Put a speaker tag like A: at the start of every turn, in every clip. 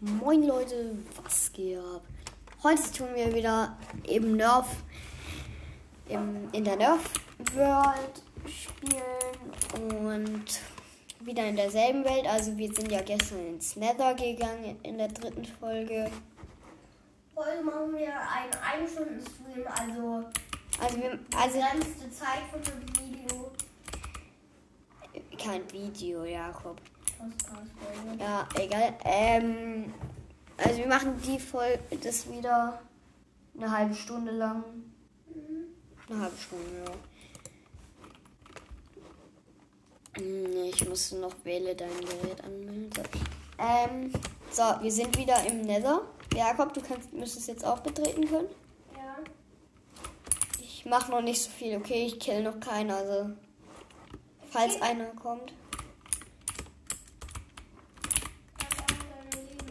A: Moin Leute, was geht ab? Heute tun wir wieder im Nerf, im, in der Nerf World spielen und wieder in derselben Welt. Also wir sind ja gestern ins Nether gegangen in der dritten Folge.
B: Heute machen wir einen 1 Stunden Stream, also
A: Also wir,
B: die
A: also
B: ganze Zeit von dem Video.
A: kein Video, Jakob.
B: Podcast-Folge.
A: Ja, egal. Ähm, also wir machen die Folge das wieder eine halbe Stunde lang.
B: Mhm,
A: Eine halbe Stunde, ja. Hm, Ich muss noch wähle dein Gerät anmelden. So. Ähm, so, wir sind wieder im Nether. Jakob, du kannst, müsstest jetzt auch betreten können.
B: Ja.
A: Ich mache noch nicht so viel, okay? Ich kill noch keinen, also. Falls einer kommt.
B: Hat auch deine Lieben.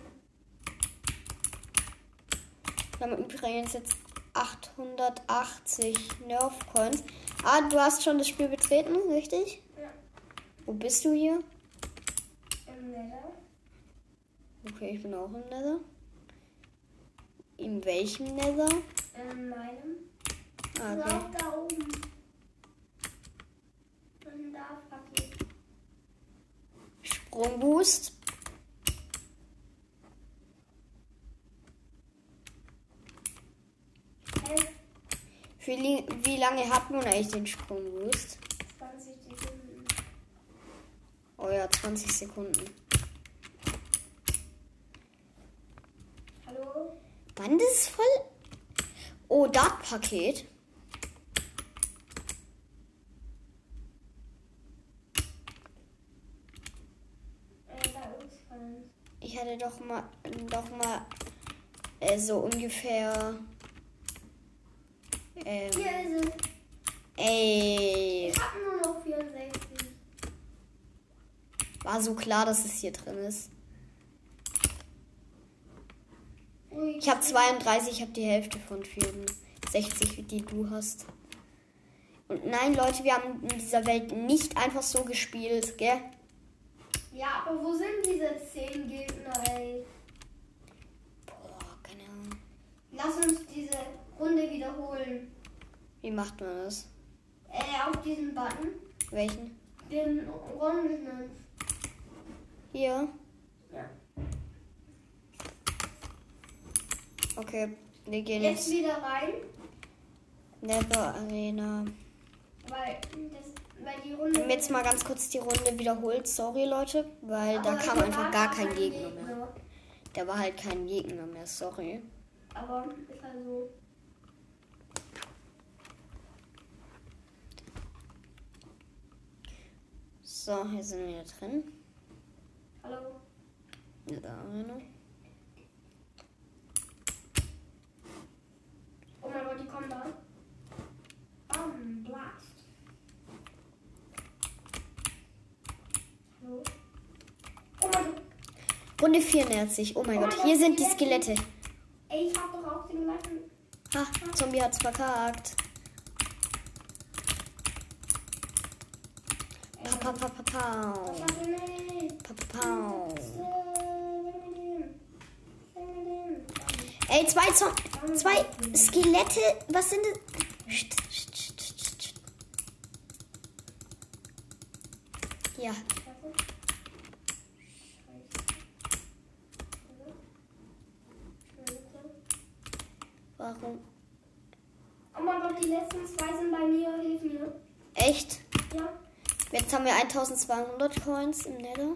A: Wir haben übrigens jetzt 880 Nerf Coins. Ah, du hast schon das Spiel betreten, richtig?
B: Ja.
A: Wo bist du hier?
B: Im Nether.
A: Okay, ich bin auch im Nether. In welchem Nether?
B: In meinem.
A: Ah,
B: Okay.
A: okay.
B: Auch da oben. Und da Paket.
A: Sprungboost.
B: Hey,
A: Für li- wie lange hat man eigentlich den Sprungboost?
B: 20 Sekunden.
A: Oh ja, 20 Sekunden.
B: Hallo?
A: Mann, das ist voll. Oh, Dart-Paket.
B: Äh, da oben ist von
A: Ich hatte doch mal, doch mal äh, so ungefähr. Ähm,
B: Hier ist es.
A: ey,
B: Ich hab nur noch 64.
A: war so klar, dass es hier drin ist.
B: Ui,
A: Ich habe 32, ich habe die Hälfte von 64, die du hast. Und nein, Leute, wir haben in dieser Welt nicht einfach so gespielt, gell?
B: Ja, aber wo sind diese 10 Gegner, ey?
A: Boah, keine Ahnung.
B: Lass uns diese Runde wiederholen.
A: Wie macht man das?
B: Äh, auf diesen Button.
A: Welchen?
B: Den orangenen.
A: Hier?
B: Ja.
A: Okay, wir gehen
B: Jetzt
A: jetzt.
B: wieder rein,
A: Never Arena.
B: weil, das, weil die Runde.
A: Wir haben jetzt mal ganz kurz die Runde wiederholt. Sorry, Leute, weil da
B: Aber
A: kam
B: da
A: einfach
B: war
A: gar kein Gegner mehr.
B: Gegner.
A: Da war halt kein Gegner mehr, sorry.
B: Aber ist halt so.
A: So, hier sind wir wieder drin.
B: Hallo.
A: In der Arena.
B: Oh mein Gott, die kommen da. Bam, blast. Hallo. Oh mein Gott.
A: Runde 4 nähert sich. Oh mein Gott, hier sind die Skelette.
B: Ey, ich hab doch auch den gleichen.
A: Ha, Zombie hat's verkackt.
B: Ey,
A: Pa, pa, pa, pa,
B: Das
A: pa.
B: war so nett.
A: Pa, pa, pa.
B: Äh, wenn wir den- wenn wir den-
A: Ey, zwei, Zo- zwei Skelette. Was sind das? St, st, st, st, st. Ja, warum?
B: Oh mein Gott, die letzten zwei sind bei mir. Hilf mir.
A: Echt?
B: Ja.
A: Jetzt haben wir 1200 Coins im Nether.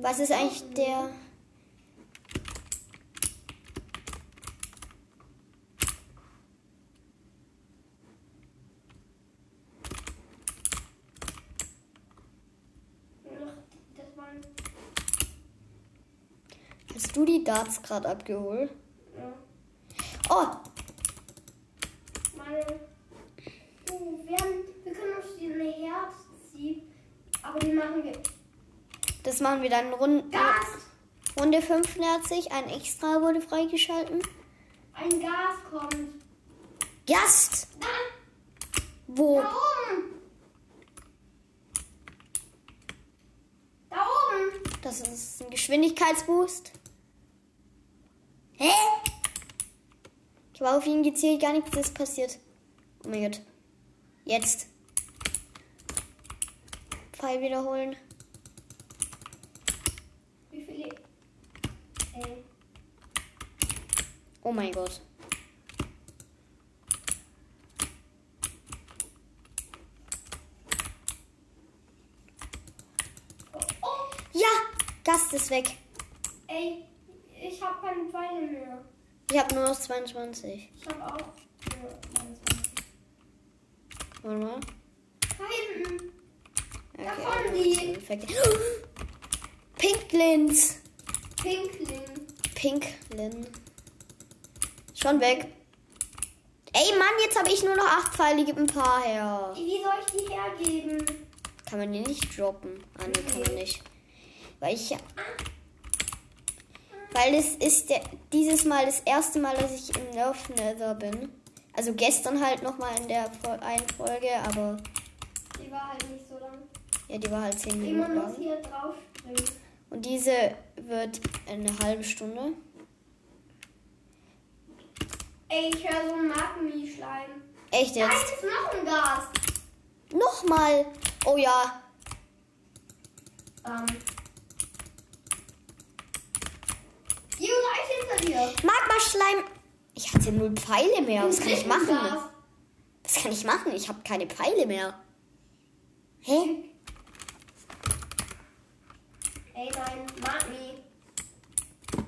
A: Was ist eigentlich der.
B: Ach, Das waren.
A: Hast du die Darts gerade abgeholt?
B: Ja.
A: Oh,
B: Meine. Oh, wir, haben, wir können uns den Herbst ziehen. Aber den machen wir.
A: das machen wir dann rund.
B: Gas!
A: Runde 5 nähert sich. Ein Extra wurde freigeschalten.
B: Ein Gas kommt.
A: Gast!
B: Da,
A: Wo?
B: da oben! Da oben!
A: Das ist ein Geschwindigkeitsboost. Hä? Ich war auf ihn gezielt, gar nichts ist passiert. Oh mein Gott. Jetzt. Pfeil wiederholen.
B: Wie Äh, viele? Ey.
A: Oh mein Gott.
B: Oh, oh,
A: Ja, Gast ist weg.
B: ey. Ich hab keine Pfeile mehr.
A: Ich habe nur noch 22.
B: Ich hab auch nur meine 20.
A: Warte mal.
B: Da hinten. Da
A: Okay,
B: kommen
A: also,
B: die.
A: perfekt. Pinklins.
B: Pinkling.
A: Pinklin. Schon weg. Ey Mann, jetzt habe ich nur noch acht Pfeile, gib ein paar her.
B: Wie soll ich die hergeben?
A: Kann man die nicht droppen? Ah, nee, kann man nicht. Weil ich. Weil es ist der, dieses Mal das erste Mal, dass ich im Nerf Nether bin. Also gestern halt nochmal in der Fol- einen Folge, aber
B: Die war halt nicht so lang.
A: ja, die war halt 10
B: Jemand
A: Minuten
B: muss
A: lang.
B: hier drauf springen.
A: Und diese wird eine halbe Stunde.
B: Ey, ich höre so einen Markenmie-Schleim.
A: Echt
B: Da
A: jetzt?
B: ist noch ein Gas.
A: Nochmal! Oh ja,
B: Bam. Junge, ich hinter dir.
A: Magma-Schleim. Ich hatte null Pfeile mehr. Was kann ich
B: Ein
A: machen?
B: Gas.
A: Was kann ich machen? Ich habe keine Pfeile mehr. Hä?
B: Ey, nein, Markenmie.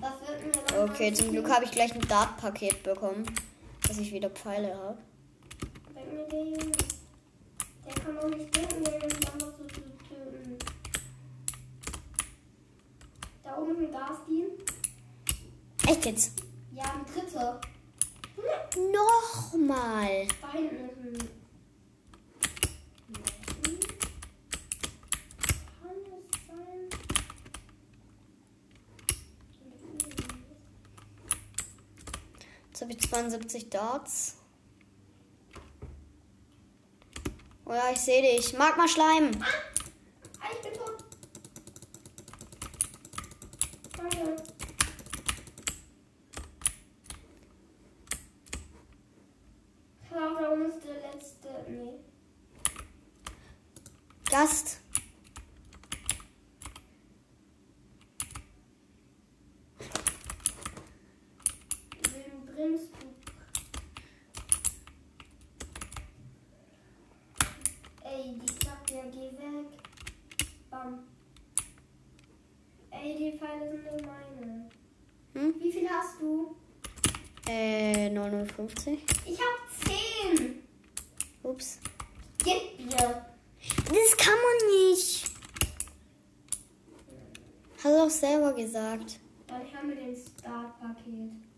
B: Das wird mir dann
A: Okay, zum Glück habe ich gleich ein Dart-Paket bekommen, dass ich wieder Pfeile habe.
B: Bring mir den. Der kann doch nicht gehen, der ist dann noch so zu töten. Da oben ein Gasdienst.
A: Echt jetzt?
B: Ja, ein dritter. Hm,
A: Nochmal.
B: Da hinten ist ein. Kann es sein?
A: Jetzt habe ich 72 Darts. Oh ja, ich sehe dich. Magma-Schleim.
B: Ah, ich bin tot. Danke. Ich glaube, da oben ist der letzte. Nee.
A: Gast.
B: Wen bringst du? Ey, die sagt ja, geh weg. Bam. Ey, die Pfeile sind nur meine.
A: Hm?
B: Wie viel hast du?
A: Äh, 59.
B: Ich hab 10.
A: Ups.
B: Gib mir.
A: Das kann man nicht. Hat er doch selber gesagt.
B: Dann haben wir den Startpaket.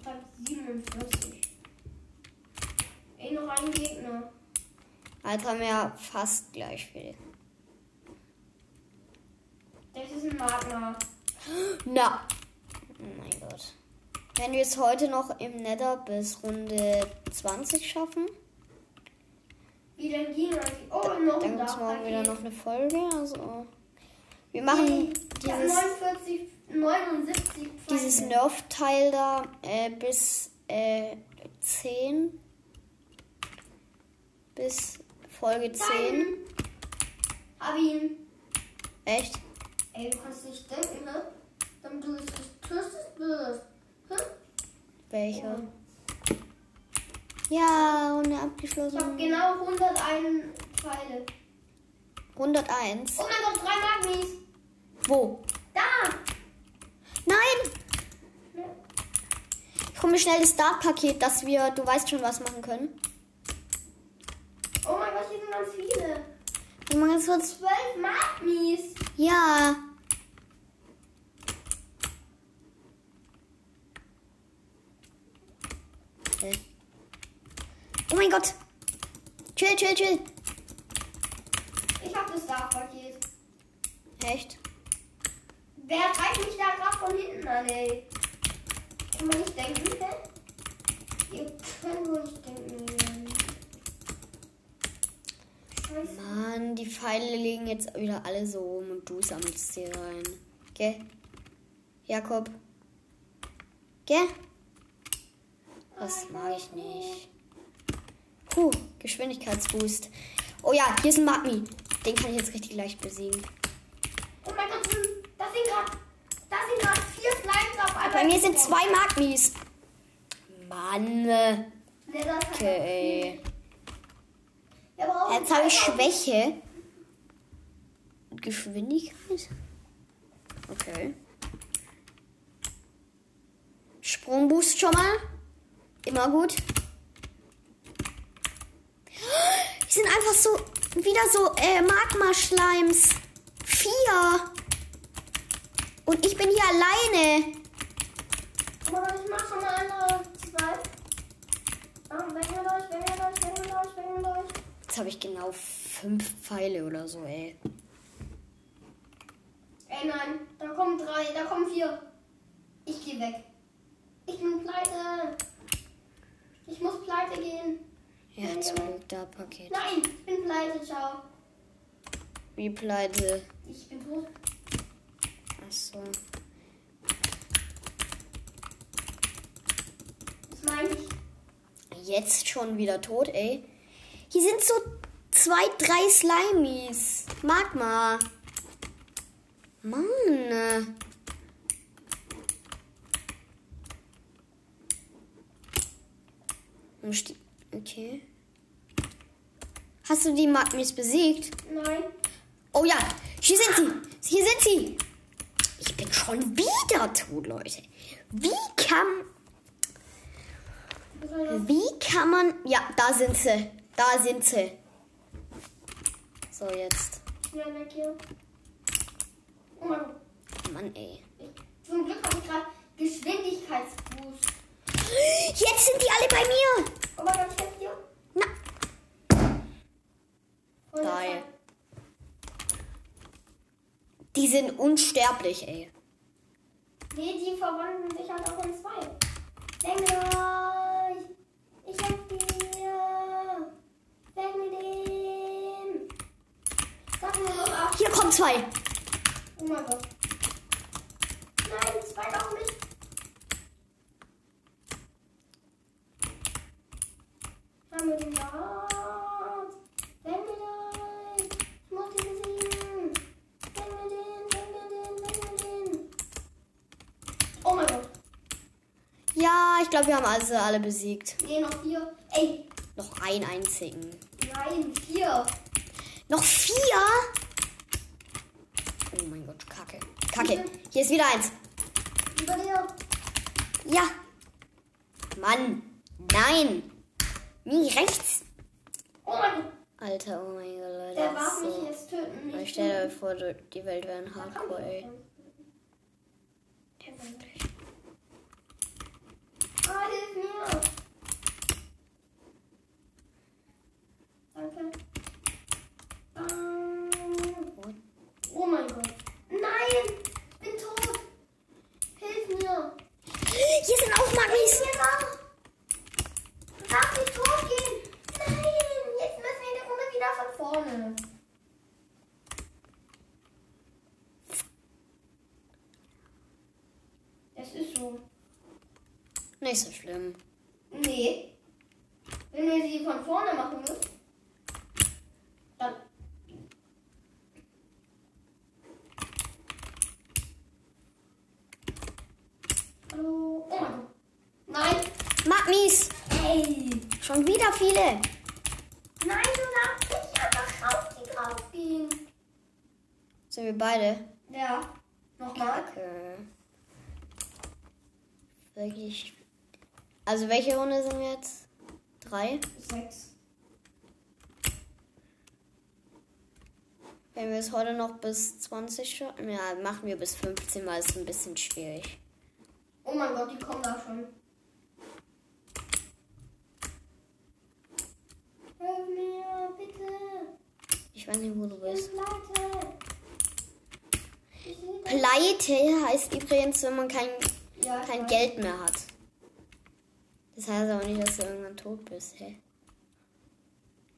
B: Ich hab 47. Ey, noch ein Gegner.
A: Jetzt haben wir ja fast gleich viel.
B: Das ist ein Magma.
A: Na. Oh mein Gott. Wenn wir es heute noch im Nether bis Runde 20 schaffen,
B: Wie dann ging das? Oh, noch
A: dann
B: ein
A: gibt es morgen
B: Dachpaket.
A: wieder noch eine Folge. Also, wir machen
B: ja,
A: dieses,
B: 49, 79
A: dieses
B: Pfeile.
A: Nerf-Teil da äh, bis äh, 10. Bis Folge 10.
B: Nein. Hab ihn.
A: Echt?
B: Ey, du kannst nicht denken, ne? Damit du jetzt nicht tötest wirst. Hm?
A: Welcher? Ja, und eine
B: Ich hab
A: abgeschlossene.
B: genau 101 Pfeile.
A: 101.
B: Oh mein Gott, drei Magnis.
A: Wo?
B: Da!
A: Nein! Ich hol mir schnell das Startpaket, dass wir, du weißt schon, was machen können.
B: Oh mein Gott, hier sind ganz viele.
A: Wir machen jetzt kurz.
B: Zwölf Magnis.
A: Ja. Hä? Oh mein Gott. Chill, chill, chill.
B: Ich hab das Star-Paket.
A: Echt?
B: Wer treibt mich da gerade von hinten an, ey? Kann man nicht denken, hä? Ihr könnt wohl nicht denken. ey. Scheiße.
A: Mann, die Pfeile liegen jetzt wieder alle so rum und du sammelst sie rein. Gell? Jakob? Gell? Das mag ich nicht. Puh, Geschwindigkeitsboost. Oh ja, hier ist ein Magni. Den kann ich jetzt richtig leicht besiegen.
B: Oh mein Gott, da sind gerade. Da sind gerade vier Slimes auf einmal.
A: Bei mir sind zwei Magnis. Mann.
B: Nee, das hat-
A: Okay.
B: Wir brauchen
A: Jetzt habe ich
B: zwei Leute.
A: Schwäche. Und Geschwindigkeit? Okay. Sprungboost schon mal. Immer gut. Die sind einfach so, wieder so äh, Magma-Schleims. Vier. Und ich bin hier alleine.
B: Aber ich mach schon mal andere zwei. Ah, weg mit euch, weg mit euch, weg mit euch, weg mit euch.
A: Jetzt habe ich genau fünf Pfeile oder so, ey.
B: Ey, nein, da kommen drei, da kommen vier. Ich geh weg. Ich bin pleite. Ich muss pleite gehen.
A: Ja, zwei da Paket.
B: Nein, ich bin pleite, ciao.
A: Wie pleite.
B: Ich bin tot.
A: Achso.
B: Das meine ich.
A: Jetzt schon wieder tot, ey. Hier sind so zwei, drei Slimies. Magma. Mann. Wo ste- Okay. Hast du die Magmis besiegt?
B: Nein.
A: Oh ja, hier sind sie. Hier sind sie. Ich bin schon wieder tot, Leute. Wie kann
B: Das war ja-
A: Wie kann man. Ja, da sind sie. Da sind sie. So, jetzt.
B: Schnell weg hier. Oh mein Gott.
A: Mann, ey.
B: Ich- Zum Glück habe ich gerade Geschwindigkeitsboost.
A: Jetzt sind die alle bei mir.
B: Oh mein Gott, ich helfe dir.
A: Na.
B: Und
A: Geil. Die sind unsterblich, ey.
B: Nee, die verwandeln sich halt auch in zwei. Länger! Ich äh, helf dir! Weg mit dem! Sag mir doch ab!
A: Hier kommen zwei.
B: Oh mein Gott! Nein, zwei doch nicht! Haben wir den gehabt? Weg mit dem! Ich muss den besiegen! Weg mit dem! Weg mit dem! Weg mit dem! Oh mein Gott!
A: Ja, ich glaube, wir haben also alle besiegt.
B: Nee, noch vier. Ey,
A: Noch einen einzigen.
B: nein, vier.
A: Noch vier? Oh mein Gott, Kacke. Kacke. Hier ist wieder eins.
B: Über dir.
A: Ja. Mann. Nein. Nie rechts.
B: Oh mein Gott,
A: Alter, oh mein Gott, Leute. das
B: der
A: ist
B: darf
A: so-
B: mich jetzt töten.
A: Aber
B: Ich
A: stell dir vor, du- die Welt wäre ein Hardcore, ey.
B: Ah, hilf mir. Danke. Bam.
A: What?
B: Oh mein Gott. Nein, ich bin tot. Hilf mir.
A: Hier sind auch Magis.
B: Hilf mir doch. Lass mich tot gehen. Nein, jetzt müssen wir die Runde wieder von vorne. Es ist so.
A: Nicht so schlimm.
B: Nee. Wenn wir sie von vorne machen müssen, dann. Hallo. Oh mein Gott. Nein.
A: Magmis.
B: Hey.
A: Schon wieder viele.
B: Nein, du darfst nicht einfach auf die drauf gehen.
A: Sind wir beide?
B: Ja. Nochmal.
A: Okay. Wirklich. Also welche Runde sind wir jetzt? Drei?
B: Sechs.
A: Wenn wir es heute noch bis 20 schaffen, ja, machen wir bis 15, weil es ein bisschen schwierig.
B: Oh mein Gott, die kommen da schon. Hilf mir, bitte.
A: Ich weiß nicht, wo du
B: Ich
A: bist.
B: bin pleite. Ich liebe-
A: Pleite heißt übrigens, wenn man kein
B: Ja, ich
A: kein
B: weiß.
A: Geld mehr hat. Das heißt aber nicht, dass du irgendwann tot bist, hä?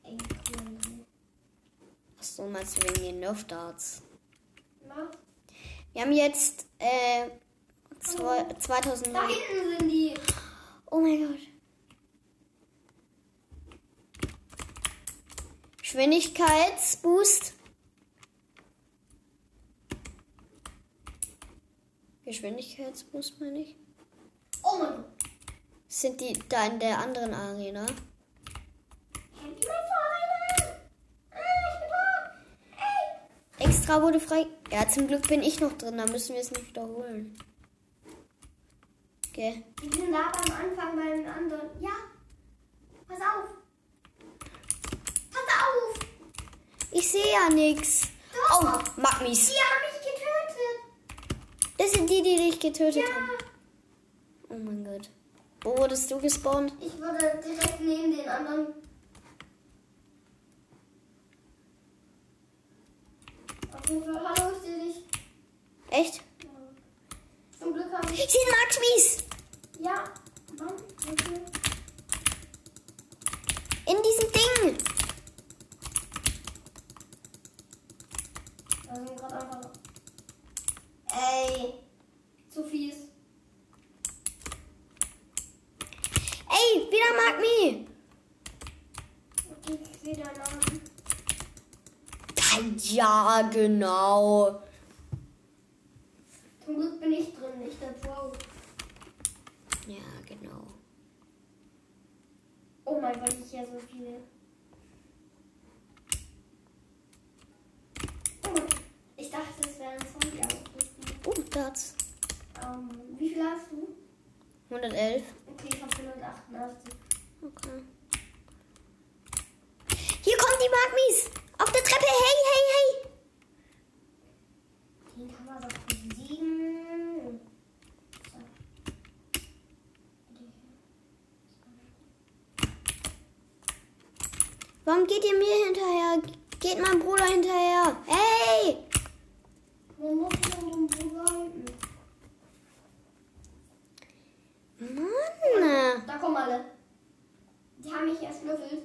B: Ey, komm mal.
A: so meinst du wegen den Nerf Darts.
B: Mach.
A: Wir haben jetzt äh, zwei, 2000.
B: Da hinten sind die.
A: Oh mein Gott. Geschwindigkeitsboost. Geschwindigkeitsboost meine ich.
B: Oh mein Gott.
A: Sind die da in der anderen Arena?
B: Kennt ihr mein Verein? Ah, ich bin da. Ey.
A: Extra wurde frei. Ja, zum Glück bin ich noch drin, da müssen wir es nicht wiederholen. Okay.
B: Die sind da am Anfang bei den anderen. Ja. Pass auf. Pass auf.
A: Ich sehe ja nichts.
B: Doch.
A: Oh, Magmis.
B: Die haben mich getötet.
A: Das sind die, die dich getötet haben.
B: Ja.
A: Oh mein Gott. Wo wurdest du gespawnt?
B: Ich wurde direkt neben den anderen. Auf jeden Fall, hallo, ich sehe dich.
A: Echt?
B: Zum Glück habe ich.
A: Sie sind Magmis!
B: Ja, Mann, okay.
A: In diesem Ding!
B: Da sind gerade einfach. Ey, zu fies.
A: Ey, wieder Magmi!
B: Okay, ich sehe deinen Namen.
A: Ja, genau.
B: Zum Glück bin ich drin, nicht der Pro.
A: Ja, genau.
B: Oh mein Gott, ich hier so viele. Oh, ich dachte, es wäre ein Zombie ausgerüstet.
A: Oh, Darts.
B: Ähm, wie viel hast du?
A: 111.
B: Okay, ich habe 188.
A: Okay. Hier kommen die Magmis! Auf der Treppe! Hey, hey, hey!
B: Den kann man doch besiegen. also So.
A: Warum geht ihr mir hinterher? Geht meinem Bruder hinterher? Hey!
B: Wo muss ich denn den Bruder halten?
A: Mann!
B: Da kommen alle. Die haben mich erst löffelt.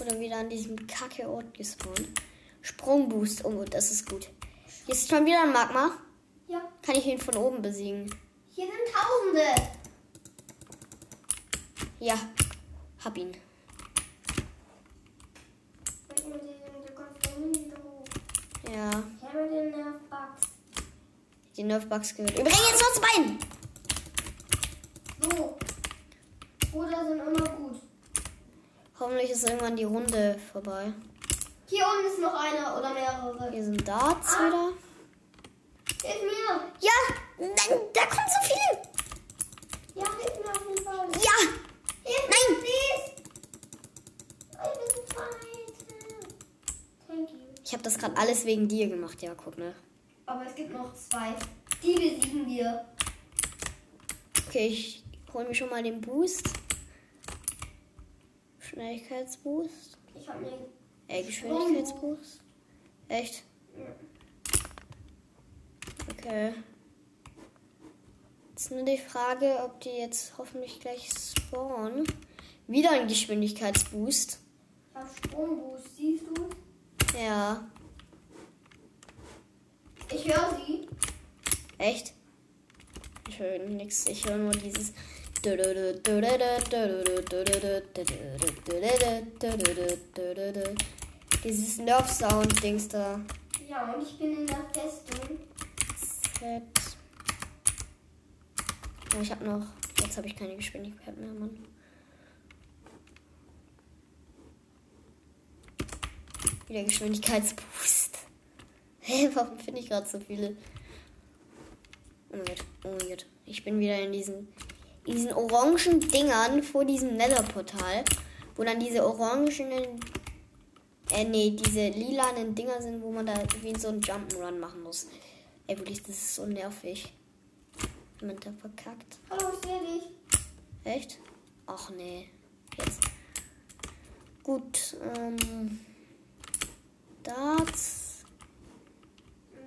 A: Oder wieder an diesem kacke Ort gespawnt. Sprungboost. Oh, gut, das ist gut. Hier ist schon wieder ein Magma.
B: Ja,
A: Kann ich ihn von oben besiegen?
B: hier sind Tausende.
A: Ja, hab ihn.
B: Ich mit den, der kommt von hinten wieder hoch.
A: Ja,
B: Ich habe den Nervbugs.
A: die Nerfbugs gehört. Wir bringen jetzt uns beiden!
B: So. Bruder sind immer gut.
A: Hoffentlich ist irgendwann die Runde vorbei.
B: Hier unten ist noch einer oder mehrere.
A: Hier sind Darts wieder.
B: Hilf mir!
A: Ja, nein, da kommen so viele.
B: Ja, hilf mir auf jeden Fall.
A: Ja,
B: Hilf
A: Nein.
B: mir, please! Oh, ich bin zu weit. Thank you.
A: ich habe das gerade alles wegen dir gemacht, Jakob, ne?
B: Aber es gibt noch zwei. Die besiegen wir.
A: Okay, ich hole mir schon mal den Boost. Schnelligkeitsboost.
B: Ich hab mir.
A: Äh, Geschwindigkeitsboost. Echt? Okay. Jetzt nur die Frage, ob die jetzt hoffentlich gleich spawnen. Wieder ein Geschwindigkeitsboost.
B: Ich hab Stromboost. Siehst du?
A: Ja.
B: Ich höre sie.
A: Echt? Ich höre nix. Ich höre nur dieses. Dieses Nerf-Sound-Dings da.
B: Ja, und ich bin in der Festung.
A: Set. Oh, ich habe noch. Jetzt habe ich keine Geschwindigkeit mehr, Mann. Wieder Geschwindigkeitsboost. Hä, warum finde ich gerade so viele? Oh mein Gott, oh mein Gott. Ich bin wieder in diesen, in diesen orangen Dingern vor diesem Nether-Portal, wo dann diese orangenen, äh, nee, diese lilanen Dinger sind, wo man da wie so einen Jump'n'Run machen muss. Ey, wirklich, das ist so nervig. Wenn man da verkackt.
B: Hallo, ich sehe dich.
A: Echt? Ach nee. Jetzt. Gut, ähm. Darts.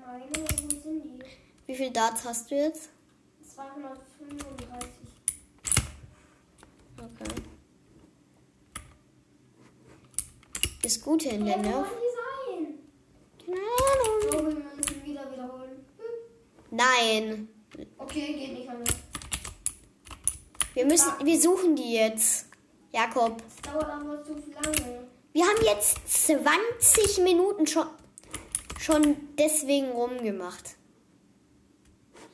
B: Meine, wo sind die?
A: Wie viel Darts hast du jetzt?
B: 235.
A: Okay. das Gute in
B: Ja, wo
A: Ländorf?
B: sollen die sein?
A: Keine Ahnung.
B: So, wir müssen wieder wiederholen. Hm.
A: Nein.
B: Okay, geht nicht anders.
A: Wir müssen, wir suchen die jetzt. Jakob,
B: Das dauert aber zu lange.
A: wir haben jetzt 20 Minuten schon, schon deswegen rumgemacht.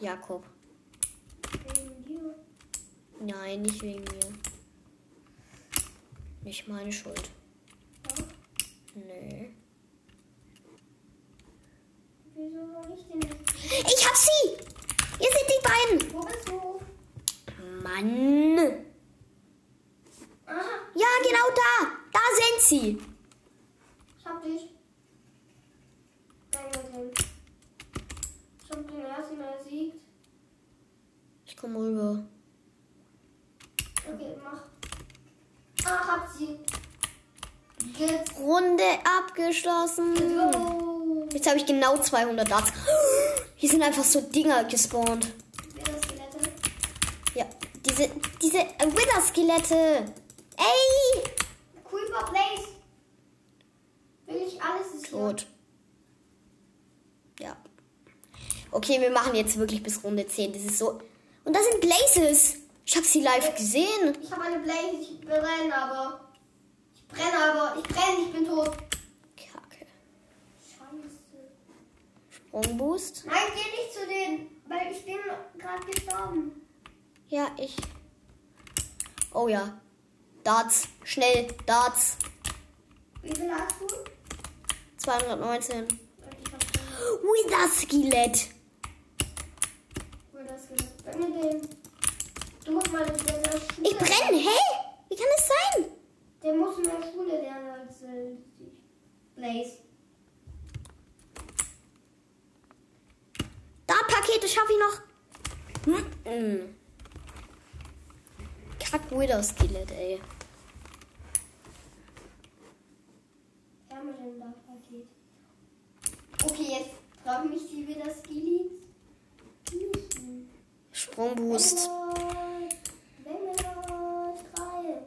A: Jakob,
B: Wegen dir.
A: nein, nicht wegen mir. Nicht meine Schuld.
B: Ja.
A: Nö.
B: Wieso soll ich denn nicht?
A: Ich hab sie! Ihr seht die
B: Wo bist du?
A: beiden! Mann!
B: Aha,
A: Ja, genau da! Da sind sie!
B: ich hab dich. Nein, Martin. Ich hab den ersten Mal besiegt.
A: Ich komm rüber.
B: Okay, mach. Ah, hab sie. Jetzt.
A: Runde abgeschlossen.
B: Go.
A: Jetzt habe ich genau 200 Darts. Hier sind einfach so Dinger gespawnt.
B: Wer das Skelette?
A: Ja, diese, diese Wither-Skelette. Ey!
B: Creeper Place. Will ich alles ist hier.
A: Tot. Ja. Okay, wir machen jetzt wirklich bis Runde 10. Das ist so... Und da sind Blazes. Ich habe sie live gesehen.
B: Ich habe eine Blaze, ich brenne aber. Ich brenne aber, ich brenne, ich bin tot.
A: Kacke.
B: Scheiße.
A: Sprungboost.
B: Nein, geh nicht zu denen, weil ich bin gerade gestorben.
A: Ja, ich... Oh ja. Darts. Schnell. Darts.
B: Wie viel hast du?
A: 219.
B: Ich hab schon-
A: Wither-Skelett.
B: Hol das Skelett. Bring mir den. Du musst mal in der der Schule.
A: Ich brenne, hä? Wie kann das sein?
B: Der muss in der Schule lernen als äh, ich. Blaze.
A: Da Pakete schaffe ich noch. Hm. Kack Widow Skelett, ey.
B: Wir haben den da Paket. Okay, jetzt brauchen mich die wieder Skillis.
A: Sprungboost.
B: Wenn wir drei.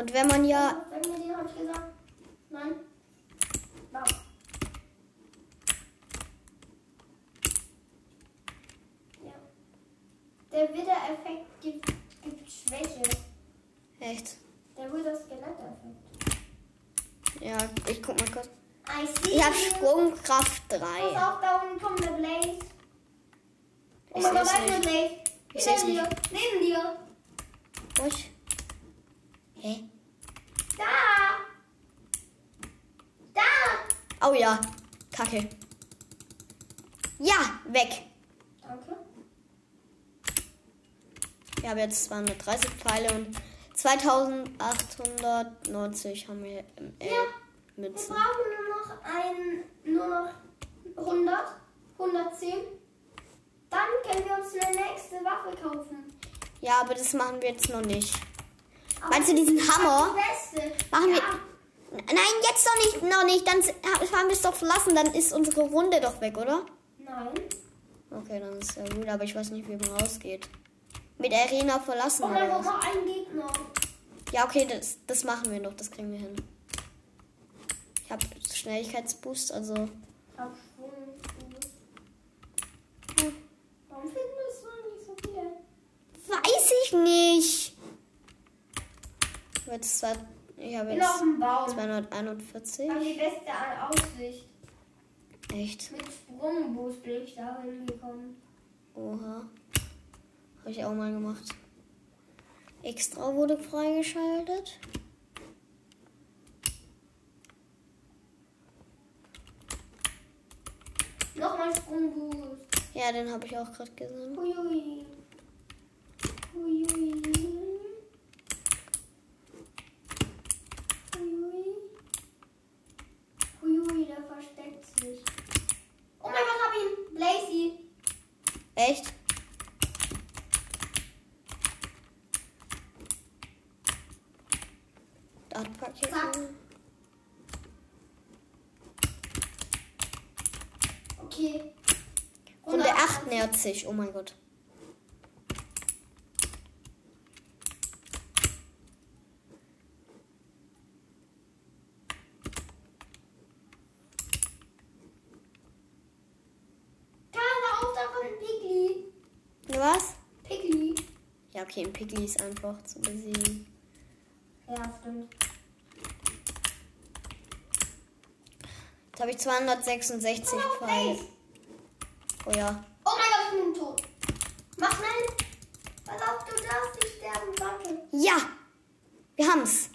A: Und wenn man ja.
B: Wenn wir den hab ich gesagt. Nein. Wow. Ja. Der Widder-Effekt gibt, gibt Schwäche.
A: Echt?
B: Der Widder-Skelett-Effekt.
A: Ja, ich guck mal kurz.
B: I see.
A: Ich hab
B: you.
A: Sprungkraft
B: Pass
A: 3.
B: auf, da unten kommt der Blaze. Oh
A: Ich
B: mein Gott,
A: seh's
B: da ist der
A: nicht.
B: Blaze.
A: Ich seh's
B: Hinter dir. Neben dir.
A: Ruhig. Hä?
B: Da. Da.
A: Oh ja. Kacke. Ja, weg.
B: Danke.
A: Ich habe jetzt 230 Pfeile und 2890 haben wir im äh,
B: Ja. Wir
A: Münzen.
B: brauchen nur noch ein, nur noch 100, 110. Dann können wir uns eine nächste Waffe kaufen.
A: Ja, aber das machen wir jetzt noch nicht.
B: Aber
A: Meinst du diesen
B: das ist
A: Hammer?
B: Die beste.
A: Machen wir-
B: ja.
A: N- Nein, jetzt noch nicht, noch nicht. Dann s- ha- haben wir es doch verlassen. Dann ist unsere Runde doch weg, oder?
B: Nein.
A: Okay, dann ist ja gut, aber ich weiß nicht, wie man rausgeht. Mit Arena verlassen
B: Oh mein
A: oder
B: Gott,
A: was?
B: noch ein Gegner.
A: Ja, okay, das, das machen wir noch. Das kriegen wir hin. Ich habe Schnelligkeitsboost, also.
B: Ich hab Schwung.
A: Hm.
B: Warum findest du eigentlich so viele?
A: Weiß ich nicht. Ich habe jetzt, zwei, ich habe
B: Ich bin auf
A: jetzt
B: dem Baum.
A: 241.
B: Ich habe die beste Aussicht.
A: Echt?
B: Mit Sprungboost bin ich da hingekommen.
A: Oha. Habe ich auch mal gemacht. Extra wurde freigeschaltet.
B: Nochmal Sprungboost.
A: Ja, den habe ich auch gerade gesehen.
B: Huiui. Huiui. Huiui. Huiui, der versteckt sich. Oh mein Gott, hab ihn. Blazy.
A: Echt? Startpaket.
B: Zack. Okay.
A: Runde 8 nähert sich. Oh mein Gott. okay, ein Piggy ist einfach zu besiegen.
B: Ja, stimmt.
A: Jetzt habe ich 266
B: Komm auf,
A: frei.
B: Blaze.
A: Oh ja.
B: Oh mein Gott, ich bin tot. Mach schnell. Pass auf, du darfst nicht sterben. Danke.
A: Ja! Wir haben's.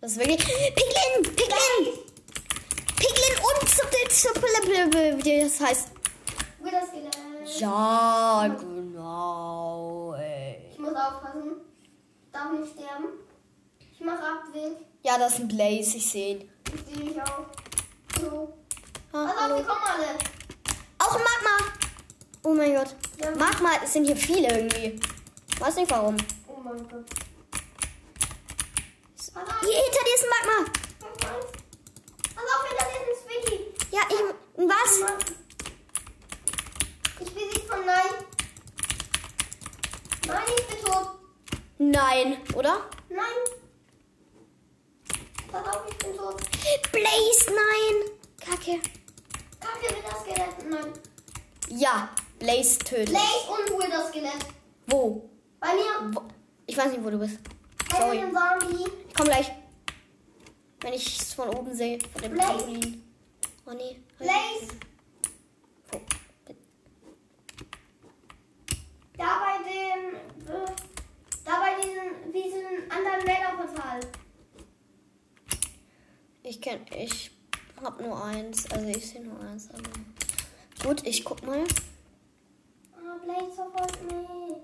A: Das ist wirklich. Piglin! Piglin! Piglin und Zippel, Zippel, Zippel, wie das heißt.
B: Guter Skelett.
A: Ja, genau, ey.
B: Ich muss aufpassen. Ich darf nicht sterben. Ich mache Abweg.
A: Ja, das ist ein Blaze, ich sehe ihn.
B: Ich sehe mich auch. So.
A: Ah,
B: Pass auf,
A: hallo.
B: die kommen alle.
A: Auch ein Magma! Oh mein Gott.
B: Ja.
A: Magma, es sind hier viele irgendwie. Weiß nicht warum.
B: Oh mein Gott. Pass
A: Hier
B: auf,
A: hinter dir ist ein Magma.
B: ich weiß. Pass auf, hinter dir ist ein Squeaky.
A: Ja, ich. Was?
B: Mann. Ich besiege von Nein. Nein, ich bin tot.
A: Nein, oder?
B: Nein. Pass auf, ich bin tot.
A: Blaze, nein! Kacke.
B: Kacke, Wilder Skelett. Nein.
A: Ja, Blaze tötet.
B: Blaze und Wilder Skelett.
A: Wo?
B: Bei mir.
A: wo? Ich weiß nicht, wo du bist.
B: Bei
A: Sorry.
B: mir im Zombie.
A: Ich komm gleich. Wenn ich es von oben sehe, von dem
B: Blaze.
A: Trampolin. Oh nee.
B: Blaze.
A: Oh.
B: Da bei dem. Äh, da bei diesem, diesem anderen Männerportal.
A: Ich kenn. Ich hab nur eins. Also ich sehe nur eins. Aber... Gut, ich guck mal.
B: Ah, Blaze verfolgt mich.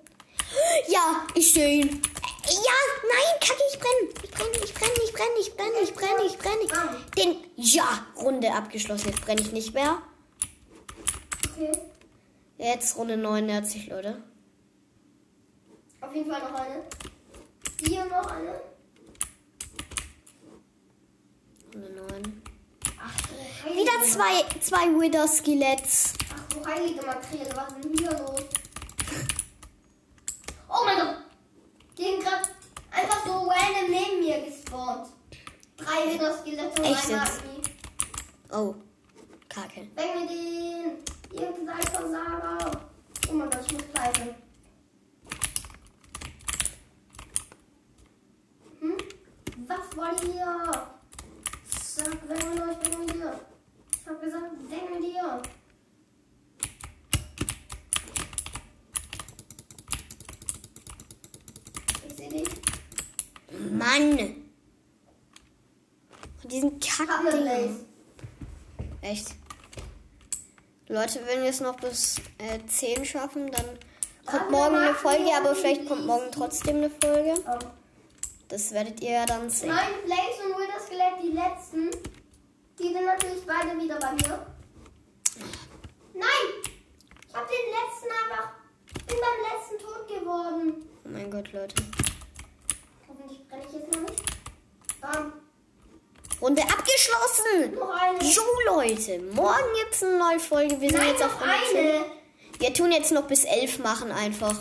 A: Ja, ich sehe ihn. Äh, Ja, nein, Kacke, ich brenne. Ich brenne, ich brenne, ich brenne, ich brenne, ich brenne, ich brenne. Den. Ja, Runde abgeschlossen. Jetzt brenne ich nicht mehr.
B: Okay.
A: Jetzt Runde 99, Leute.
B: Auf jeden Fall noch eine. Die und noch eine.
A: Runde 9.
B: Ach, du heilige
A: Wieder
B: Mann.
A: zwei, zwei Wither-Skeletts.
B: Ach, du heilige Makrele, was ist denn hier los? Oh mein Gott! Die sind gerade einfach so random neben mir gespawnt. Drei Hitler-Skelette und
A: Echt
B: eine
A: jetzt?
B: Armee.
A: Oh, Kacke.
B: Weg mit denen! Ihr seid Versager! Oh mein Gott, ich muss pleite. Hm? Was wollt ihr? Sagt, weg mit euch, weg mit dir! Ich hab gesagt, weg mit dir! Ich seh dich.
A: Mann. Von diesen
B: Hab ne Blaze.
A: Kacken. Echt. Leute, wenn wir es noch bis äh, 10 schaffen, dann kommt morgen eine Folge, aber vielleicht kommt morgen trotzdem eine Folge.
B: Oh.
A: Das werdet ihr ja dann sehen.
B: Nein, Blaze und Wilder Skelett, die letzten. Die sind natürlich beide wieder bei mir. Nein! Ich hab den letzten einfach. bin beim letzten tot geworden.
A: Oh mein Gott, Leute.
B: Hoffentlich brenne ich jetzt noch nicht. Bam.
A: Runde abgeschlossen.
B: Noch eine.
A: So, Leute. Morgen gibt es eine neue Folge. Wir sind
B: Nein,
A: jetzt auf
B: noch
A: Runde 10.
B: eine.
A: Wir tun jetzt noch bis 11 machen einfach.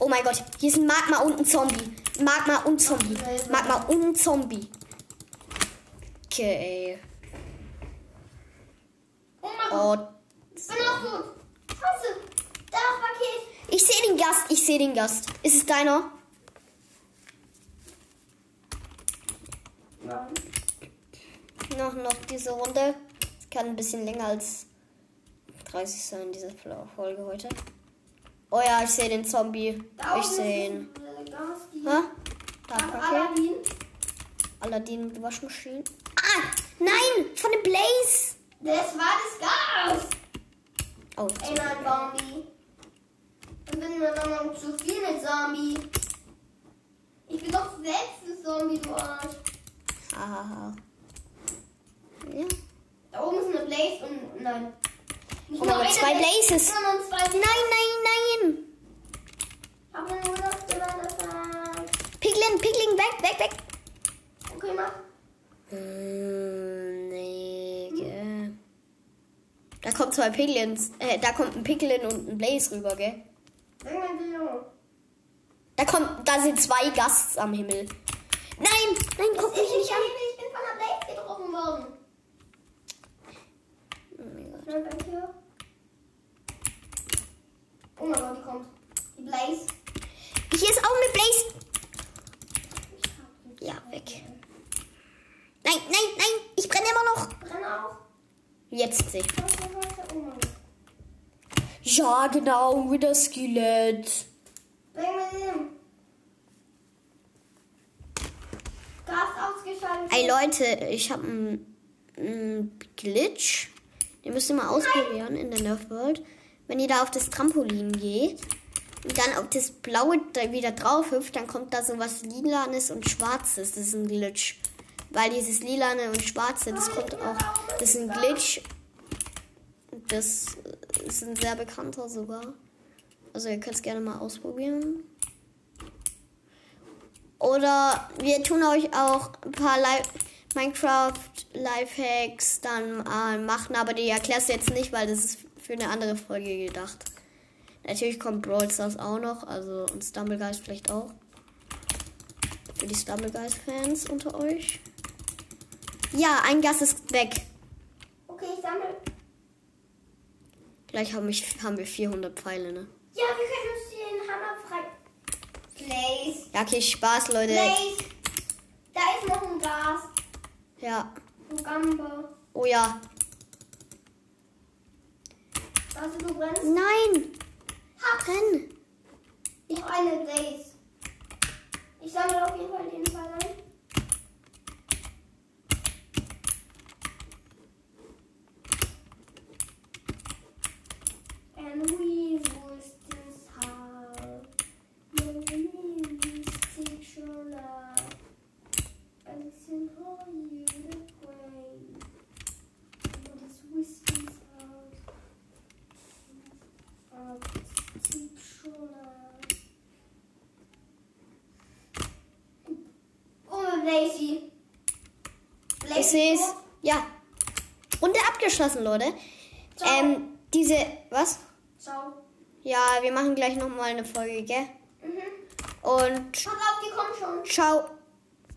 A: Oh mein Gott, hier ist ein Magma und ein Zombie. Magma und Zombie. Magma und ein Zombie. Okay.
B: Oh mein Gott.
A: Oh,
B: Ich bin auch tot. Scheiße. Da Paket.
A: ich sehe den Gast, ich sehe den Gast. Ist es deiner?
B: Nein.
A: Noch, noch diese Runde. Kann ein bisschen länger als 30 sein, diese Folge heute. Oh ja, ich sehe den Zombie.
B: Da
A: Ich
B: oben
A: sehe
B: ist
A: ihn.
B: ein, äh, Gaski.
A: Hä? Da,
B: Dann
A: okay.
B: Aladdin.
A: Aladdin mit Waschmaschine. Ah! Nein! Von dem Blaze!
B: Das war das Gas.
A: Oh,
B: Ey, nein, Zombie. Dann bin wir nochmal zu viel mit Zombie. Ich bin doch selbst ein Zombie, du Arsch.
A: hahaha. Ja.
B: Da oben ist eine Blaze und. Nein. Nicht
A: Oh mein
B: nur
A: Gott,
B: eine
A: zwei Blazes.
B: Sondern zwei
A: Nein, nein, nein!
B: Hab mir nur noch jemand gesagt.
A: Piglin, Piglin, weg, weg, weg!
B: Okay, mach.
A: Hm, nee, gell. Da kommt zwei Piglins. Äh, da kommt ein Piglin und ein Blaze rüber, gell?
B: Sing mal die Junge.
A: Da kommt, da sind zwei Gasts am Himmel. Nein, nein, guck mich
B: Ich, ich,
A: nicht an.
B: ich bin von der Blaze getroffen worden.
A: Oh mein Gott.
B: Schnell weg hier. Oh mein Gott, die kommt. Die Blaze.
A: Hier ist auch eine Blaze.
B: Ich hab die.
A: Ja, weg. Nein, nein, nein. Ich brenne immer noch.
B: Brenn auch.
A: Jetzt sehe ich.
B: Was, was, was? Oh mein Gott.
A: Ja, genau. Wieder Skelett.
B: Bring mir den. Gas ausgeschaltet.
A: Ey, Leute. Ich habe einen Glitch. Den müsst ihr mal ausprobieren in der Nerf World. Wenn ihr da auf das Trampolin geht und dann auf das Blaue da wieder drauf hüpft, dann kommt da sowas Lilanes und Schwarzes. Das ist ein Glitch. Weil dieses Lilane und Schwarze, das kommt auch. Das ist ein Glitch. Das ist ein sehr bekannter sogar. Also ihr könnt es gerne mal ausprobieren. Oder wir tun euch auch ein paar Li- Minecraft-Lifehacks dann mal machen, aber die erklärst du jetzt nicht, weil das ist für eine andere Folge gedacht. Natürlich kommt Brawl Stars auch noch, also und Stumblegeist vielleicht auch. Für die Stumblegeist-Fans unter euch. Ja, ein Gast ist weg.
B: Okay, ich sammle.
A: Gleich haben, mich, haben wir 400 Pfeile, ne?
B: Ja, wir können uns den Hammer frei. Blaze.
A: Ja, okay, Spaß, Leute.
B: Blaze. Da ist noch ein Gas.
A: Ja.
B: Ein Gambo.
A: Oh ja.
B: Hast du gebrannt?
A: Nein!
B: Hab
A: Brenn!
B: noch eine Blaze. Ich sammle auf jeden Fall den Fall ein. And we was this how Lazy.
A: Ich seh's. Ja. Runde abgeschlossen, Leute.
B: Ciao.
A: Ähm, diese. Was?
B: Ciao.
A: Ja, wir machen gleich nochmal eine Folge, gell?
B: Mhm.
A: Und
B: Pass auf, die kommen schon.
A: ciao.